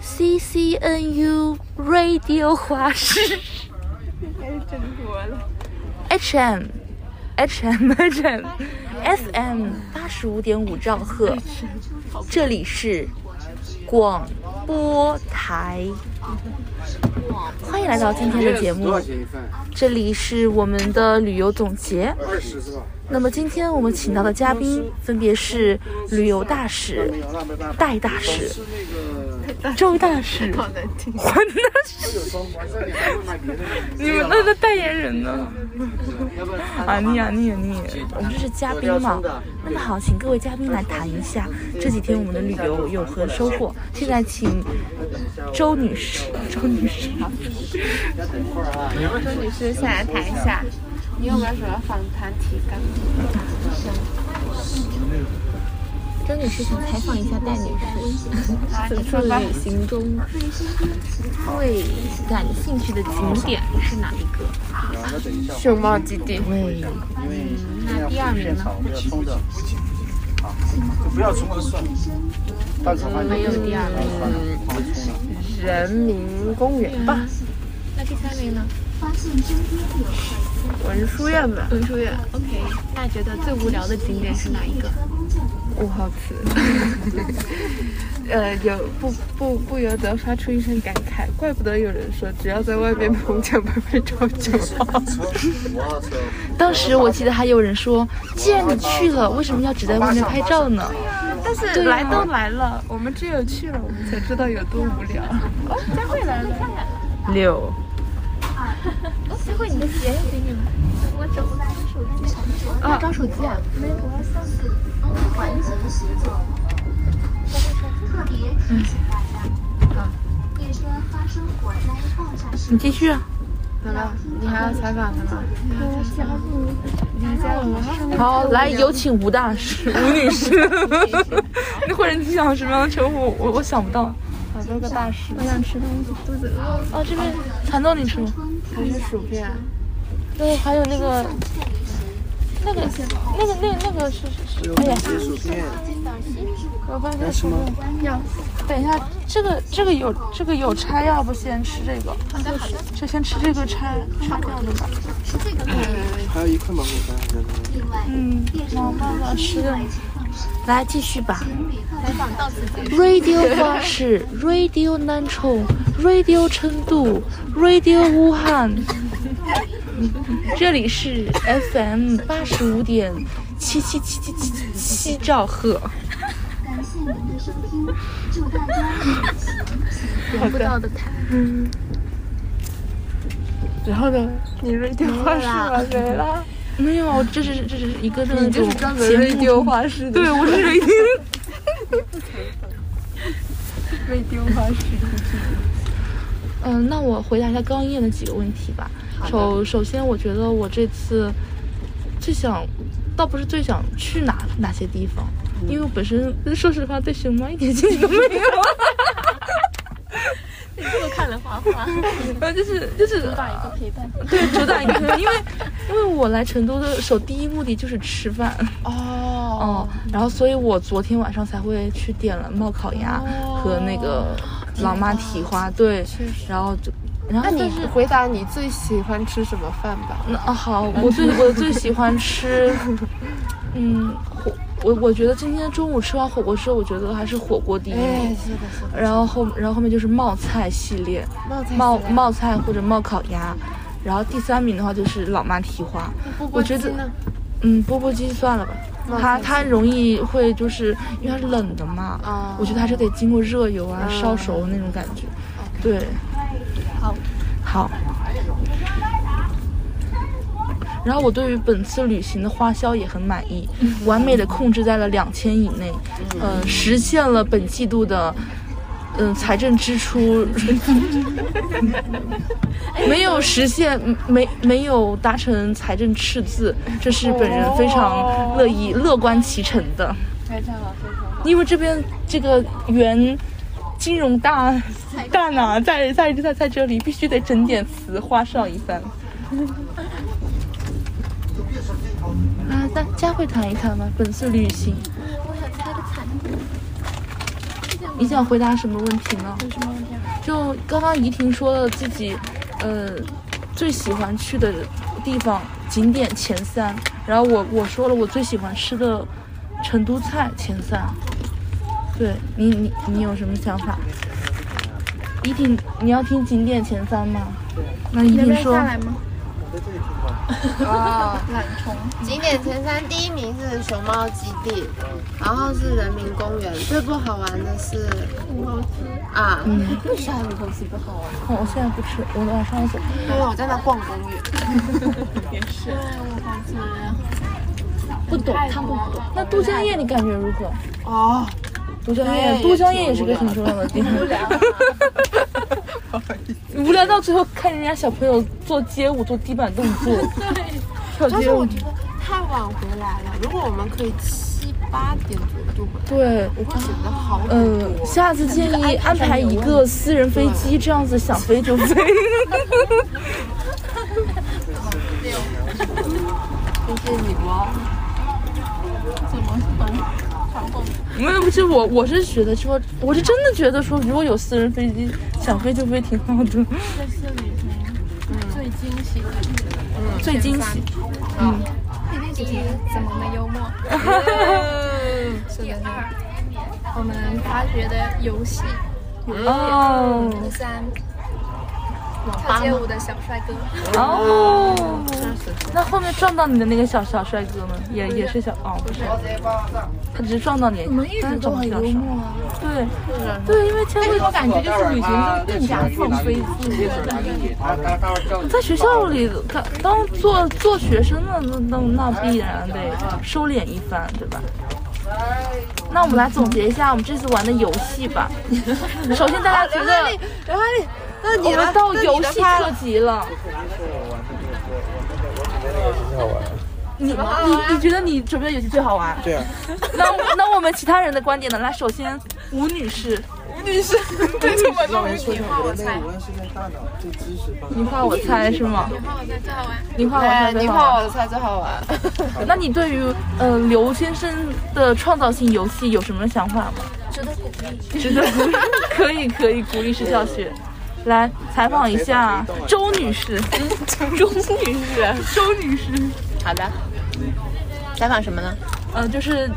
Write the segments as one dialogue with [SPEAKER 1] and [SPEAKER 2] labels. [SPEAKER 1] C C N U Radio 华师
[SPEAKER 2] 开始争夺了。
[SPEAKER 1] H M H M H M F M 八十五点五兆赫，这里是广播台，欢迎来到今天的节
[SPEAKER 3] 多
[SPEAKER 1] 目
[SPEAKER 3] 少。钱一份？
[SPEAKER 1] 这里是我们的旅游总结。
[SPEAKER 3] 二十是吧？
[SPEAKER 1] 那么今天我们请到的嘉宾分别是旅游大使、
[SPEAKER 3] 没有，那没办法。
[SPEAKER 1] 戴大使、
[SPEAKER 3] 是那个
[SPEAKER 1] 周大使、
[SPEAKER 2] 好难听。
[SPEAKER 1] 环大使。
[SPEAKER 3] 有双黄，这你还会买别的东
[SPEAKER 1] 你们那个代言人呢？
[SPEAKER 3] 西？要不然
[SPEAKER 1] 啊你啊你啊你！我们这是嘉宾嘛？那么好，请各位嘉宾来谈一下这几天我们的旅游有何收获。现在请周女士，周女士，
[SPEAKER 2] 周女士下来谈一下，你有没有什么访谈提纲？
[SPEAKER 4] 周女士想采访一下戴女士，
[SPEAKER 2] 啊，你
[SPEAKER 4] 此
[SPEAKER 2] 说
[SPEAKER 4] 次
[SPEAKER 2] 吧。
[SPEAKER 4] 旅行中最感兴趣的景点是哪一个？
[SPEAKER 2] 熊猫基地。
[SPEAKER 1] 喂，
[SPEAKER 3] 因为
[SPEAKER 4] 那第二名呢？
[SPEAKER 3] 我们要冲的，啊，就不要冲了算了。但是反正
[SPEAKER 4] 没有第二名。
[SPEAKER 2] 人民公园吧，
[SPEAKER 4] 那第三名呢？
[SPEAKER 1] 嗯
[SPEAKER 2] 文殊院吧，
[SPEAKER 4] 文殊院。OK，那觉得最无聊的景点是哪一个？
[SPEAKER 2] 五号祠。 呃，有不不不由得发出一声感慨，怪不得有人说，只要在外面碰见会被抓酒吧。
[SPEAKER 3] 我操！
[SPEAKER 1] 当时我记得还有人说，既然你去了，为什么要只在外面拍照呢？
[SPEAKER 2] 但是来都来了，我们只有去了，我们才知道有多无聊。哦，佳慧来了，
[SPEAKER 1] 六，
[SPEAKER 4] 佳慧，你的鞋给你了。我找不到手机。啊，找手机啊！
[SPEAKER 1] 嗯
[SPEAKER 2] 嗯
[SPEAKER 1] 你继续啊。
[SPEAKER 2] 怎么了？你还要采访他吗？
[SPEAKER 1] 好，来有请吴大师、吴女 士，你或者你想什么样的称呼？我我想不到。
[SPEAKER 2] 好多个大师，我想吃东西，肚子饿了。
[SPEAKER 1] 哦，这边蚕豆你吃吗？
[SPEAKER 2] 还是薯片？啊
[SPEAKER 1] 对，还有那个，那个，那个，那个，那个是是是，哎呀，
[SPEAKER 3] 别薯片，
[SPEAKER 1] 我发现
[SPEAKER 3] 要吃吗？
[SPEAKER 1] 等一下，这个这个有这个有拆，要不先吃这个？好的好的，就先吃这个拆拆掉的吧。
[SPEAKER 3] 还有一块芒果干。
[SPEAKER 1] 嗯，然后慢慢吃。来继续吧。
[SPEAKER 4] 采访到此结束。
[SPEAKER 1] Radio 花市，Radio 南充，Radio 成都，Radio 武汉。这里是 FM 八十五点七七七七七七七兆赫。
[SPEAKER 5] 感谢您的收听，
[SPEAKER 1] 嗯
[SPEAKER 5] 祝大家
[SPEAKER 4] 轮不到的他。
[SPEAKER 2] 然后呢？你瑞丢花式完没了？
[SPEAKER 1] 没有，这只是这只是一个那种节目
[SPEAKER 2] 瑞丢花式的。
[SPEAKER 1] 对，我是瑞丢。
[SPEAKER 2] 瑞丢花式。
[SPEAKER 1] 嗯，那我回答一下刚燕的几个问题吧。首首先，我觉得我这次最想，倒不是最想去哪哪些地方，
[SPEAKER 4] 嗯
[SPEAKER 1] 因为我本身说实话对熊猫一点兴趣都没有，
[SPEAKER 4] 你这么看了花
[SPEAKER 1] 然
[SPEAKER 4] 花，
[SPEAKER 1] 后呃就是就是
[SPEAKER 4] 打一个陪伴。
[SPEAKER 1] 对主打一个，因为因为我来成都的首第一目的就是吃饭
[SPEAKER 2] 哦。
[SPEAKER 1] 哦，然后所以我昨天晚上才会去点了冒烤鸭和那个
[SPEAKER 4] 哦
[SPEAKER 1] 老妈蹄花，对，然后就然后但
[SPEAKER 2] 那你
[SPEAKER 1] 是
[SPEAKER 2] 回答你最喜欢吃什么饭吧？
[SPEAKER 1] 那啊好，我最我最喜欢吃，嗯，火我我觉得今天中午吃完火锅之后，我觉得还是火锅第一
[SPEAKER 2] 哎，
[SPEAKER 1] 名。
[SPEAKER 2] 是的，是的。
[SPEAKER 1] 然后后然后后面就是冒菜系列，
[SPEAKER 2] 冒菜
[SPEAKER 1] 冒
[SPEAKER 2] 系列
[SPEAKER 1] 冒菜或者冒烤鸭，然后第三名的话就是老妈蹄花，我
[SPEAKER 2] 钵钵
[SPEAKER 1] 觉
[SPEAKER 2] 鸡
[SPEAKER 1] 得
[SPEAKER 2] 呢？
[SPEAKER 1] 嗯钵钵鸡算了吧，
[SPEAKER 2] 冒
[SPEAKER 1] 它
[SPEAKER 2] 菜
[SPEAKER 1] 它容易会就是因为它是冷的嘛，
[SPEAKER 2] 哦嗯
[SPEAKER 1] 我觉得还是得经过热油啊、烧熟那种感觉，对，
[SPEAKER 4] 好，
[SPEAKER 1] 好。然后我对于本次旅行的花销也很满 意，完美的控制在了两千以内，
[SPEAKER 2] 嗯
[SPEAKER 1] 呃，实现了本季度的。嗯，财政支出 没有实现，没没有达成财政赤字，这是本人非常乐意、乐观其成的。
[SPEAKER 2] 开张老师说。
[SPEAKER 1] 因为这边这个原金融大大拿在在在在这里，必须得整点词花哨一番。 啊，大家会谈一谈吗？本次旅行
[SPEAKER 4] 我想摘个蚕豆。这个
[SPEAKER 1] 你想回答什么问题呢？
[SPEAKER 2] 有什么问题啊？
[SPEAKER 1] 就刚刚怡婷说了自己，呃，最喜欢去的地方景点前三，然后我我说了我最喜欢吃的成都菜前三。对你你你有什么想法？怡婷，你要听景点前三吗？那怡婷说，
[SPEAKER 2] 吗？
[SPEAKER 6] 哦，懒虫。景点前三第一名是熊猫基地，然后是人民公园。最不好玩的是五楼啊，
[SPEAKER 1] 嗯，
[SPEAKER 4] 为啥你公司不好玩？
[SPEAKER 1] 我现在不吃，我晚上走。
[SPEAKER 6] 因为我在那逛公哎园。
[SPEAKER 4] 不懂，他们不懂。
[SPEAKER 1] 那都江堰你感觉如何？
[SPEAKER 6] 哦，
[SPEAKER 1] 都江堰，
[SPEAKER 6] 对
[SPEAKER 1] 都江堰也是个很重要的地方。无聊， 无聊到最后看人家小朋友做街舞、做地板动作， 跳
[SPEAKER 6] 但
[SPEAKER 1] 街
[SPEAKER 6] 是我
[SPEAKER 1] 舞。
[SPEAKER 6] 觉得太晚回来了。如果我们可以七八点左右就回来，
[SPEAKER 1] 对，
[SPEAKER 6] 我会觉得好很
[SPEAKER 1] 呃，
[SPEAKER 6] 多。
[SPEAKER 1] 下次建议安排一个私人飞机，这样子想飞就飞。
[SPEAKER 6] 谢谢你哦。
[SPEAKER 1] 没有，不是我，我是觉得说，我是真的觉得说，如果有私人飞机，想飞就飞，挺好的。嗯
[SPEAKER 7] 最惊喜的
[SPEAKER 1] 最惊喜，
[SPEAKER 7] 第一，子萌的幽默；第二，我们发掘的游戏；嗯
[SPEAKER 1] 哦
[SPEAKER 7] 第三，跳街舞的小帅哥。
[SPEAKER 1] 哦。那后面撞到你的那个小小帅哥呢？也也是小哦，不是，他只是撞到你，我们一直都很幽默啊。哎对，对，因为千惠
[SPEAKER 6] 我感觉就是旅行中更加放飞自我
[SPEAKER 1] 在学校里，他当做做学生的那那那必然得收敛一番，对吧？那我们来总结一下我们这次玩的游戏吧。 首先，大家觉得
[SPEAKER 6] 然后你，
[SPEAKER 1] 我
[SPEAKER 6] 那你
[SPEAKER 1] 们
[SPEAKER 6] 呢
[SPEAKER 1] 到
[SPEAKER 6] 那你
[SPEAKER 1] 游
[SPEAKER 6] 的
[SPEAKER 1] 戏
[SPEAKER 6] 拍
[SPEAKER 1] 特辑了。你
[SPEAKER 6] 啊
[SPEAKER 1] 你你觉得你准备的游戏最好玩？
[SPEAKER 8] 对啊，
[SPEAKER 1] 那我那我们其他人的观点呢？来，首先吴女士，
[SPEAKER 8] 让人说一下人类无论是在大脑、对知识方
[SPEAKER 1] 你
[SPEAKER 8] 面，
[SPEAKER 1] 画我猜是吗？你画我猜
[SPEAKER 6] 哎，
[SPEAKER 1] 最好玩。你
[SPEAKER 6] 你
[SPEAKER 1] 画我猜最好玩
[SPEAKER 6] 画我的菜最好玩。
[SPEAKER 1] 那你对于呃刘先生的创造性游戏有什么想法吗？值得鼓励，值 得鼓励，可以可以鼓励式教学。来采访一下周女 士，周女士，周女士，
[SPEAKER 6] 好的，采访什么呢？
[SPEAKER 1] 呃，就是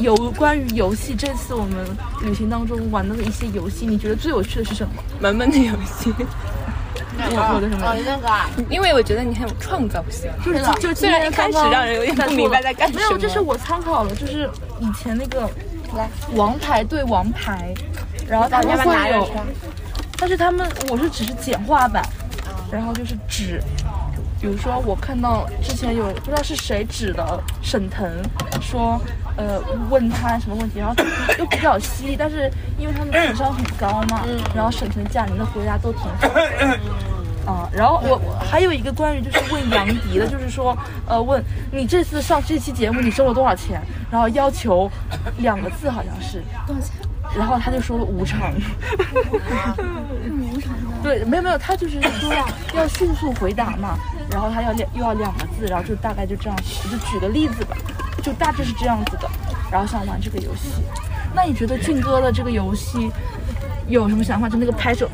[SPEAKER 1] 有关于游戏，这次我们旅行当中玩的一些游戏，你觉得最有趣的是什么？
[SPEAKER 9] 萌萌的游戏，
[SPEAKER 1] 我我的什么？
[SPEAKER 6] 那个啊，
[SPEAKER 9] 因为我觉得你很有创造性。
[SPEAKER 1] 就是就是
[SPEAKER 9] 虽然一开始
[SPEAKER 1] 刚刚
[SPEAKER 9] 让人有点不明白在干什么
[SPEAKER 1] 没有，这是我参考了，就是以前那个来王牌对王牌，然后他们会有，但是他们我是只是简化版，然后就是指。比如说，我看到之前有不知道是谁指的沈腾说，呃，问他什么问题，然后又比较犀利，但是因为他们情商很高嘛，
[SPEAKER 9] 嗯
[SPEAKER 1] 然后沈腾贾玲的回答都挺好的。啊，然后我我还有一个关于就是问杨迪的，就是说，呃，问你这次上这期节目你收了多少钱？然后要求两个字好像是多少钱？然后他就说了无偿。无偿。 对，没有没有，他就是说要迅速回答嘛，然后他要两又要两个字，然后就大概就这样，我就举个例子吧，就大致是这样子的。然后想玩这个游戏，那你觉得俊哥的这个游戏有什么想法？就那个拍手，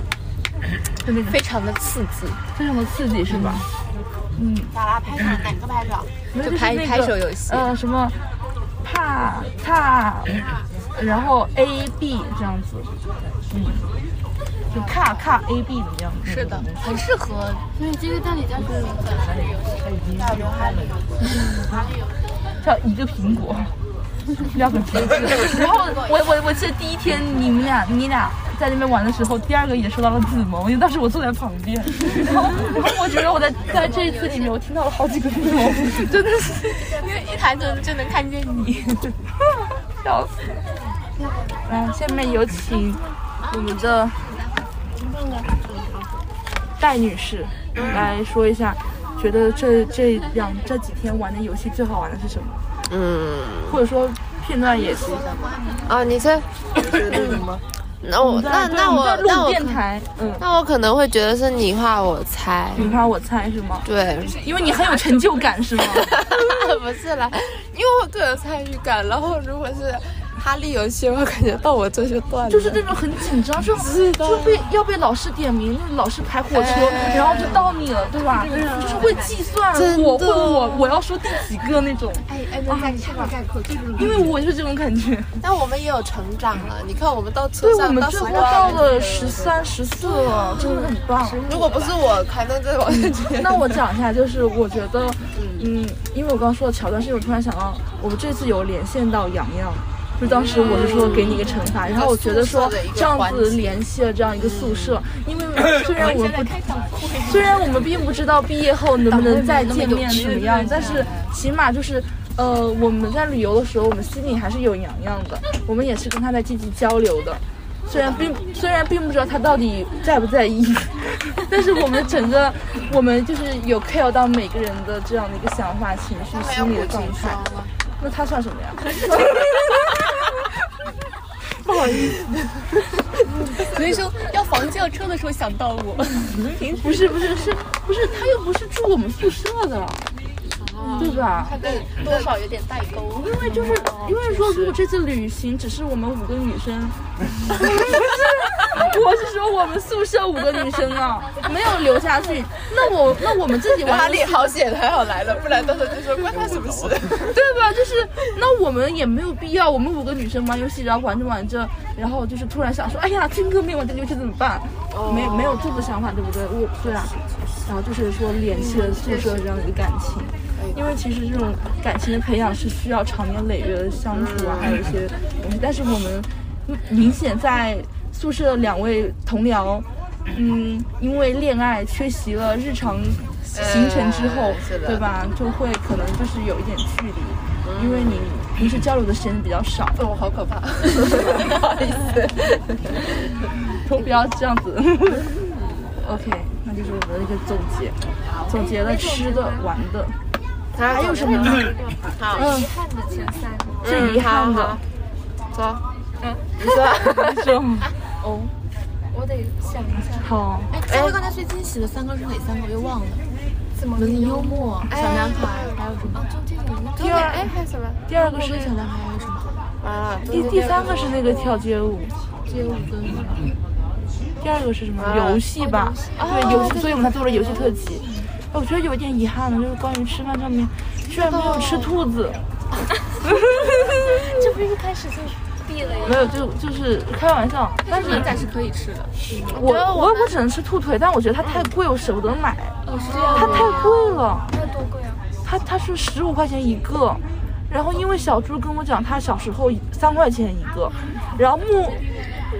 [SPEAKER 1] 就那个
[SPEAKER 9] 非常的刺激，
[SPEAKER 1] 非常的刺激，是吧？
[SPEAKER 9] 嗯
[SPEAKER 1] 嗯
[SPEAKER 6] 咋啦？拍手哪个拍手？
[SPEAKER 1] 没有
[SPEAKER 9] 就拍
[SPEAKER 1] 是那个
[SPEAKER 9] 拍手游戏
[SPEAKER 1] 呃，什么怕怕，然后 A B 这样子，嗯，就卡卡 A B 怎么样？是的，
[SPEAKER 9] 很适合。
[SPEAKER 1] 叫一个苹果，两个橘子。 然后我我我记得第一天你们俩你俩在那边玩的时候，第二个也收到了自萌，因为当时我坐在旁边，然后然后我觉得我在在这一次里面我听到了好几个自萌，真的是
[SPEAKER 9] 因为一抬头就能看见你。
[SPEAKER 1] 笑死。来，下面有请我们的戴女士来说一下，觉得这这两这几天玩的游戏最好玩的是什么？嗯，或者说片段也行。
[SPEAKER 6] 啊，你先。
[SPEAKER 1] 那
[SPEAKER 6] 那我
[SPEAKER 1] 啊哎
[SPEAKER 6] 那那我那
[SPEAKER 1] 录
[SPEAKER 6] 我
[SPEAKER 1] 电台，嗯，
[SPEAKER 6] 那我可能会觉得是你画我猜，
[SPEAKER 1] 你怕我猜是吗？
[SPEAKER 6] 对，
[SPEAKER 1] 因为你很有成就感是吗？
[SPEAKER 6] 不是啦，因为我更有参与感。然后如果是
[SPEAKER 2] 哈利游戏，我感觉到我这就断了。
[SPEAKER 1] 就是那种很紧张，就就被要被老师点名，就是老师排火车，然后就到你了，对吧？哎就是会计算
[SPEAKER 6] 真的
[SPEAKER 1] 我会我我要说第几个那种，啊
[SPEAKER 4] 哎哎，能概看个概括，这种
[SPEAKER 1] 因为我就是这种感觉。
[SPEAKER 6] 但我们也有成长了，你看我们到车
[SPEAKER 1] 对，我
[SPEAKER 6] 上
[SPEAKER 1] 们
[SPEAKER 6] 到
[SPEAKER 1] 这
[SPEAKER 6] 时
[SPEAKER 1] 波
[SPEAKER 6] 候
[SPEAKER 1] 到了十三、十四了，真的很棒。
[SPEAKER 6] 如果不是我开灯这，我就觉得
[SPEAKER 1] 那我讲一下，就是我觉得，嗯，因为我刚刚说的桥段，是因为我突然想到，我们这次有连线到洋洋，就当时我是说给你一个惩罚，然后我觉得说这样子联系了这样一个宿舍，因 为虽然我们不， 虽然我们并不知道毕业后能不能再见面什么样，但是起码就是。呃，我们在旅游的时候，我们心里还是有洋洋的，我们也是跟他在积极交流的，虽然并虽然并不知道他到底在不在意， 但是我们整个我们就是有 care 到每个人的这样的一个想法、情绪、心理的状态。那他算什么呀？
[SPEAKER 9] 所以说要房轿车的时候想到我，
[SPEAKER 1] 不是不是是不是他又不是住我们宿舍的，对吧？
[SPEAKER 9] 多少有点代沟。
[SPEAKER 1] 因为就是因为说，如果这次旅行只是我们五个女生， 不是，我是说我们宿舍五个女生啊，没有留下去，那我那我们自己玩
[SPEAKER 6] 哈
[SPEAKER 1] 的
[SPEAKER 6] 利好险还好来了，不然到时候就说关他什么 事？
[SPEAKER 1] 对吧？就是那我们也没有必要，我们五个女生玩游戏，然后玩着玩着，然后就是突然想说，哎呀，听歌没玩这个游戏怎么办？没没有这个想法，对不对？我对啊，然后就是说联系了宿舍这样的一个感情，因为其实这种感情的培养是需要长年累月的相处啊，还有一些东西，但是我们明显在宿舍两位同僚。嗯，因为恋爱缺席了日常行程之后，
[SPEAKER 6] 哎是的嗯
[SPEAKER 1] 对吧？就会可能就是有一点距离，因为你平时交流的时间比较少。
[SPEAKER 6] 哦，好可怕！
[SPEAKER 1] 不好意思， 都不要这样子。OK，那就是我们的一个总结，总结了吃的、玩的，
[SPEAKER 6] 还有什么？好，
[SPEAKER 7] 遗憾的前三，
[SPEAKER 1] 嗯最遗憾
[SPEAKER 6] 好好嗯
[SPEAKER 1] 的。
[SPEAKER 6] 走。 你说，
[SPEAKER 1] 这种
[SPEAKER 7] 我得想一下。
[SPEAKER 1] 好，
[SPEAKER 4] 哎，其实刚才最惊喜的三个是哪三个？我又忘了。怎么？幽默，小男
[SPEAKER 6] 哎
[SPEAKER 4] 孩，还有什么？
[SPEAKER 6] 第二哎还有什么？
[SPEAKER 1] 第二个是
[SPEAKER 4] 小男孩还有什么？
[SPEAKER 6] 完
[SPEAKER 7] 啊
[SPEAKER 6] 了，
[SPEAKER 1] 第第三个是那个跳街舞，
[SPEAKER 4] 街舞跟
[SPEAKER 1] 第二个是什么？
[SPEAKER 7] 啊
[SPEAKER 1] 游戏吧，
[SPEAKER 7] 哦
[SPEAKER 1] 对游戏，所以我们才做了游戏特辑。哎我觉得有一点遗憾的就是关于吃饭上面，居然没有吃兔子。
[SPEAKER 7] 这不是开始就闭了呀？
[SPEAKER 1] 没有，就就是开玩笑，但是
[SPEAKER 4] 仔是可以吃的。
[SPEAKER 1] 我我我只能吃兔腿，但我觉得它太贵，我舍不得买，
[SPEAKER 7] 哦，是这
[SPEAKER 6] 啊
[SPEAKER 7] 样
[SPEAKER 1] 它太贵了，
[SPEAKER 7] 那多贵啊！
[SPEAKER 1] 它它是十五块钱一个，然后因为小猪跟我讲，他小时候三块钱一个，然后目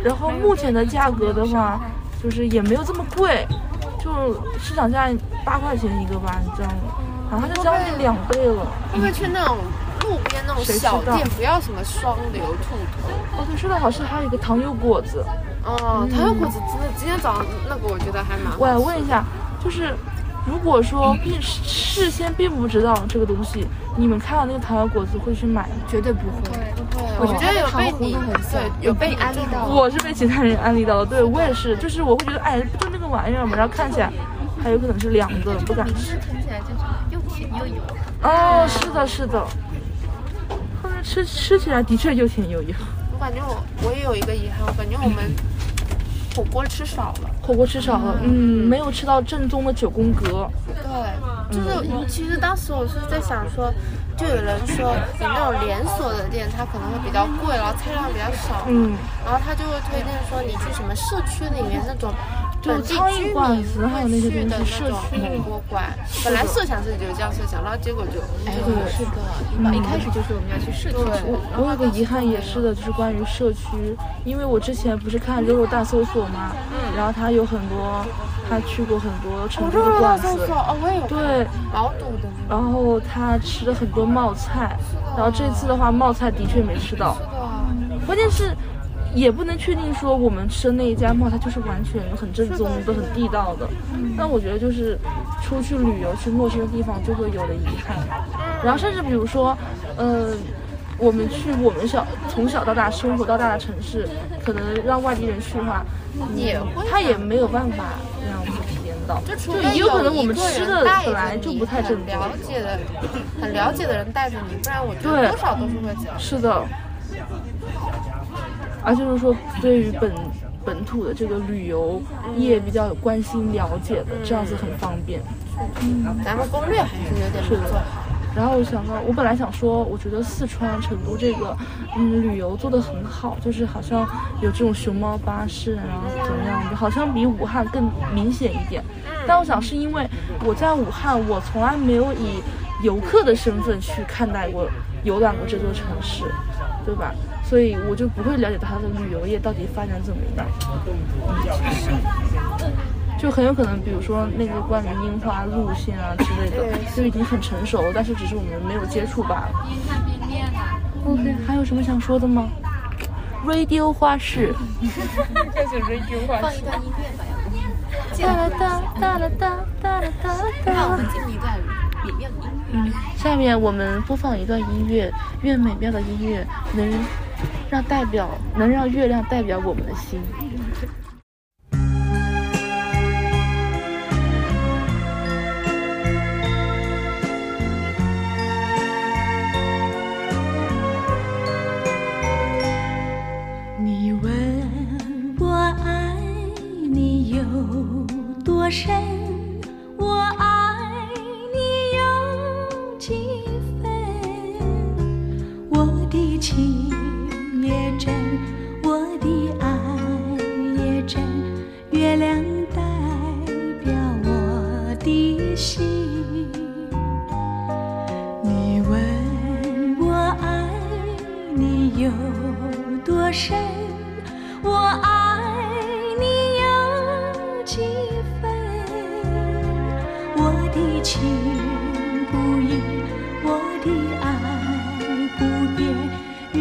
[SPEAKER 1] 然后目前的价格的话，就是也没有这么贵，就市场价八块钱一个吧，你知道吗？然后它就将近两倍了。
[SPEAKER 6] 会不会去那种路边那种小店？不要什么双流兔头。
[SPEAKER 1] 哦，对，说到好吃，还有一个糖油果子，
[SPEAKER 6] 哦，糖油果子真的，今天早上那个我觉得还蛮
[SPEAKER 1] 我
[SPEAKER 6] 好。
[SPEAKER 1] 来问一下，就是如果说并事先并不知道这个东西，你们看到那个糖油果子会去买吗？
[SPEAKER 4] 绝对不会。
[SPEAKER 6] 我觉得有被你对有被你安利到。
[SPEAKER 1] 我是被其他人安利到的，对我也是，就是我会觉得，哎，不就那个玩意儿嘛，然后看起来还有可能是凉的，不敢吃。
[SPEAKER 7] 听起来就是又甜又油。
[SPEAKER 1] 哦，是的，是的。后面吃吃起来的确又甜又油，
[SPEAKER 6] 我感觉我我也有一个遗憾，我感觉我们火锅吃少了。
[SPEAKER 1] 火锅吃少了，嗯，没有吃到正宗的九宫格。
[SPEAKER 6] 对，
[SPEAKER 1] 嗯
[SPEAKER 6] 就是其实当时我是在想说，就有人说有那种连锁的店，它可能会比较贵，然后菜量比较少，
[SPEAKER 1] 嗯，
[SPEAKER 6] 然后他就会推荐说你去什么社区里面那种
[SPEAKER 1] 对
[SPEAKER 6] 本地
[SPEAKER 1] 苍蝇
[SPEAKER 6] 居民
[SPEAKER 1] 馆子还有那
[SPEAKER 6] 会
[SPEAKER 1] 些
[SPEAKER 6] 去
[SPEAKER 1] 东西
[SPEAKER 6] 的
[SPEAKER 1] 社
[SPEAKER 6] 那种
[SPEAKER 1] 区
[SPEAKER 6] 火锅馆。本来设想是有这样设想，然后结果就哎，
[SPEAKER 1] 嗯
[SPEAKER 4] 是的，一开始就是我们要去社区
[SPEAKER 1] 我我有个遗憾也是的，就是关于社区，因为我之前不是看《肉肉大搜索》嘛，然后他有很多，他去过很多成都的馆子，
[SPEAKER 6] 哦，我也有
[SPEAKER 1] 对，
[SPEAKER 6] 毛肚的
[SPEAKER 1] 然后他吃了很多冒菜，然后这次的话冒菜的确没吃到，关键是也不能确定说我们吃的那一家冒菜就是完全很正宗的、很地道的。但我觉得就是出去旅游去陌生的地方就会有的遗憾，然后甚至比如说，呃。我们去我们小从小到大生活到大的城市，可能让外地人去的话，嗯
[SPEAKER 6] 也会啊
[SPEAKER 1] 他也没有办法那样子体验到，
[SPEAKER 6] 就除
[SPEAKER 1] 就
[SPEAKER 6] 非
[SPEAKER 1] 也有可能我们
[SPEAKER 6] 一个人
[SPEAKER 1] 吃的
[SPEAKER 6] 带着
[SPEAKER 1] 本来就
[SPEAKER 6] 你
[SPEAKER 1] 不太正
[SPEAKER 6] 很
[SPEAKER 1] 宗。
[SPEAKER 6] 了解的，很了解的人带着你，不然我觉
[SPEAKER 1] 对
[SPEAKER 6] 得多少都是会这样。
[SPEAKER 1] 是的，而就是说对于本本土的这个旅游业比较有关心了解的，这样子很方便。
[SPEAKER 6] 咱们攻略还是有点
[SPEAKER 1] 是
[SPEAKER 6] 不
[SPEAKER 1] 的
[SPEAKER 6] 错。
[SPEAKER 1] 然后我想到，我本来想说，我觉得四川成都这个，嗯，旅游做得很好，就是好像有这种熊猫巴士啊，怎么样的，好像比武汉更明显一点。但我想是因为我在武汉，我从来没有以游客的身份去看待过、游览过这座城市，对吧？所以我就不会了解到它的旅游业到底发展怎么样。就很有可能，比如说那个关于樱花路线啊之类的，就已经很成熟了，但是只是我们没有接触罢了。OK，还有什么想说的吗？Radio 花式，
[SPEAKER 7] 放一段音乐吧，要
[SPEAKER 1] 哒啦
[SPEAKER 7] 不
[SPEAKER 1] 哒哒啦哒哒啦哒
[SPEAKER 9] 那我
[SPEAKER 1] 哒
[SPEAKER 9] 们。进入一段里面的音乐。
[SPEAKER 1] 嗯，下面我们播放一段音乐，愿美妙的音乐能让代表能让月亮代表我们的心。
[SPEAKER 10] 你问我爱你有多深，我爱你有几分？我的情也真，我的爱也真，月亮代表我的心。你问我爱你有多深，我爱你有几分？我的情不移，我的爱不变，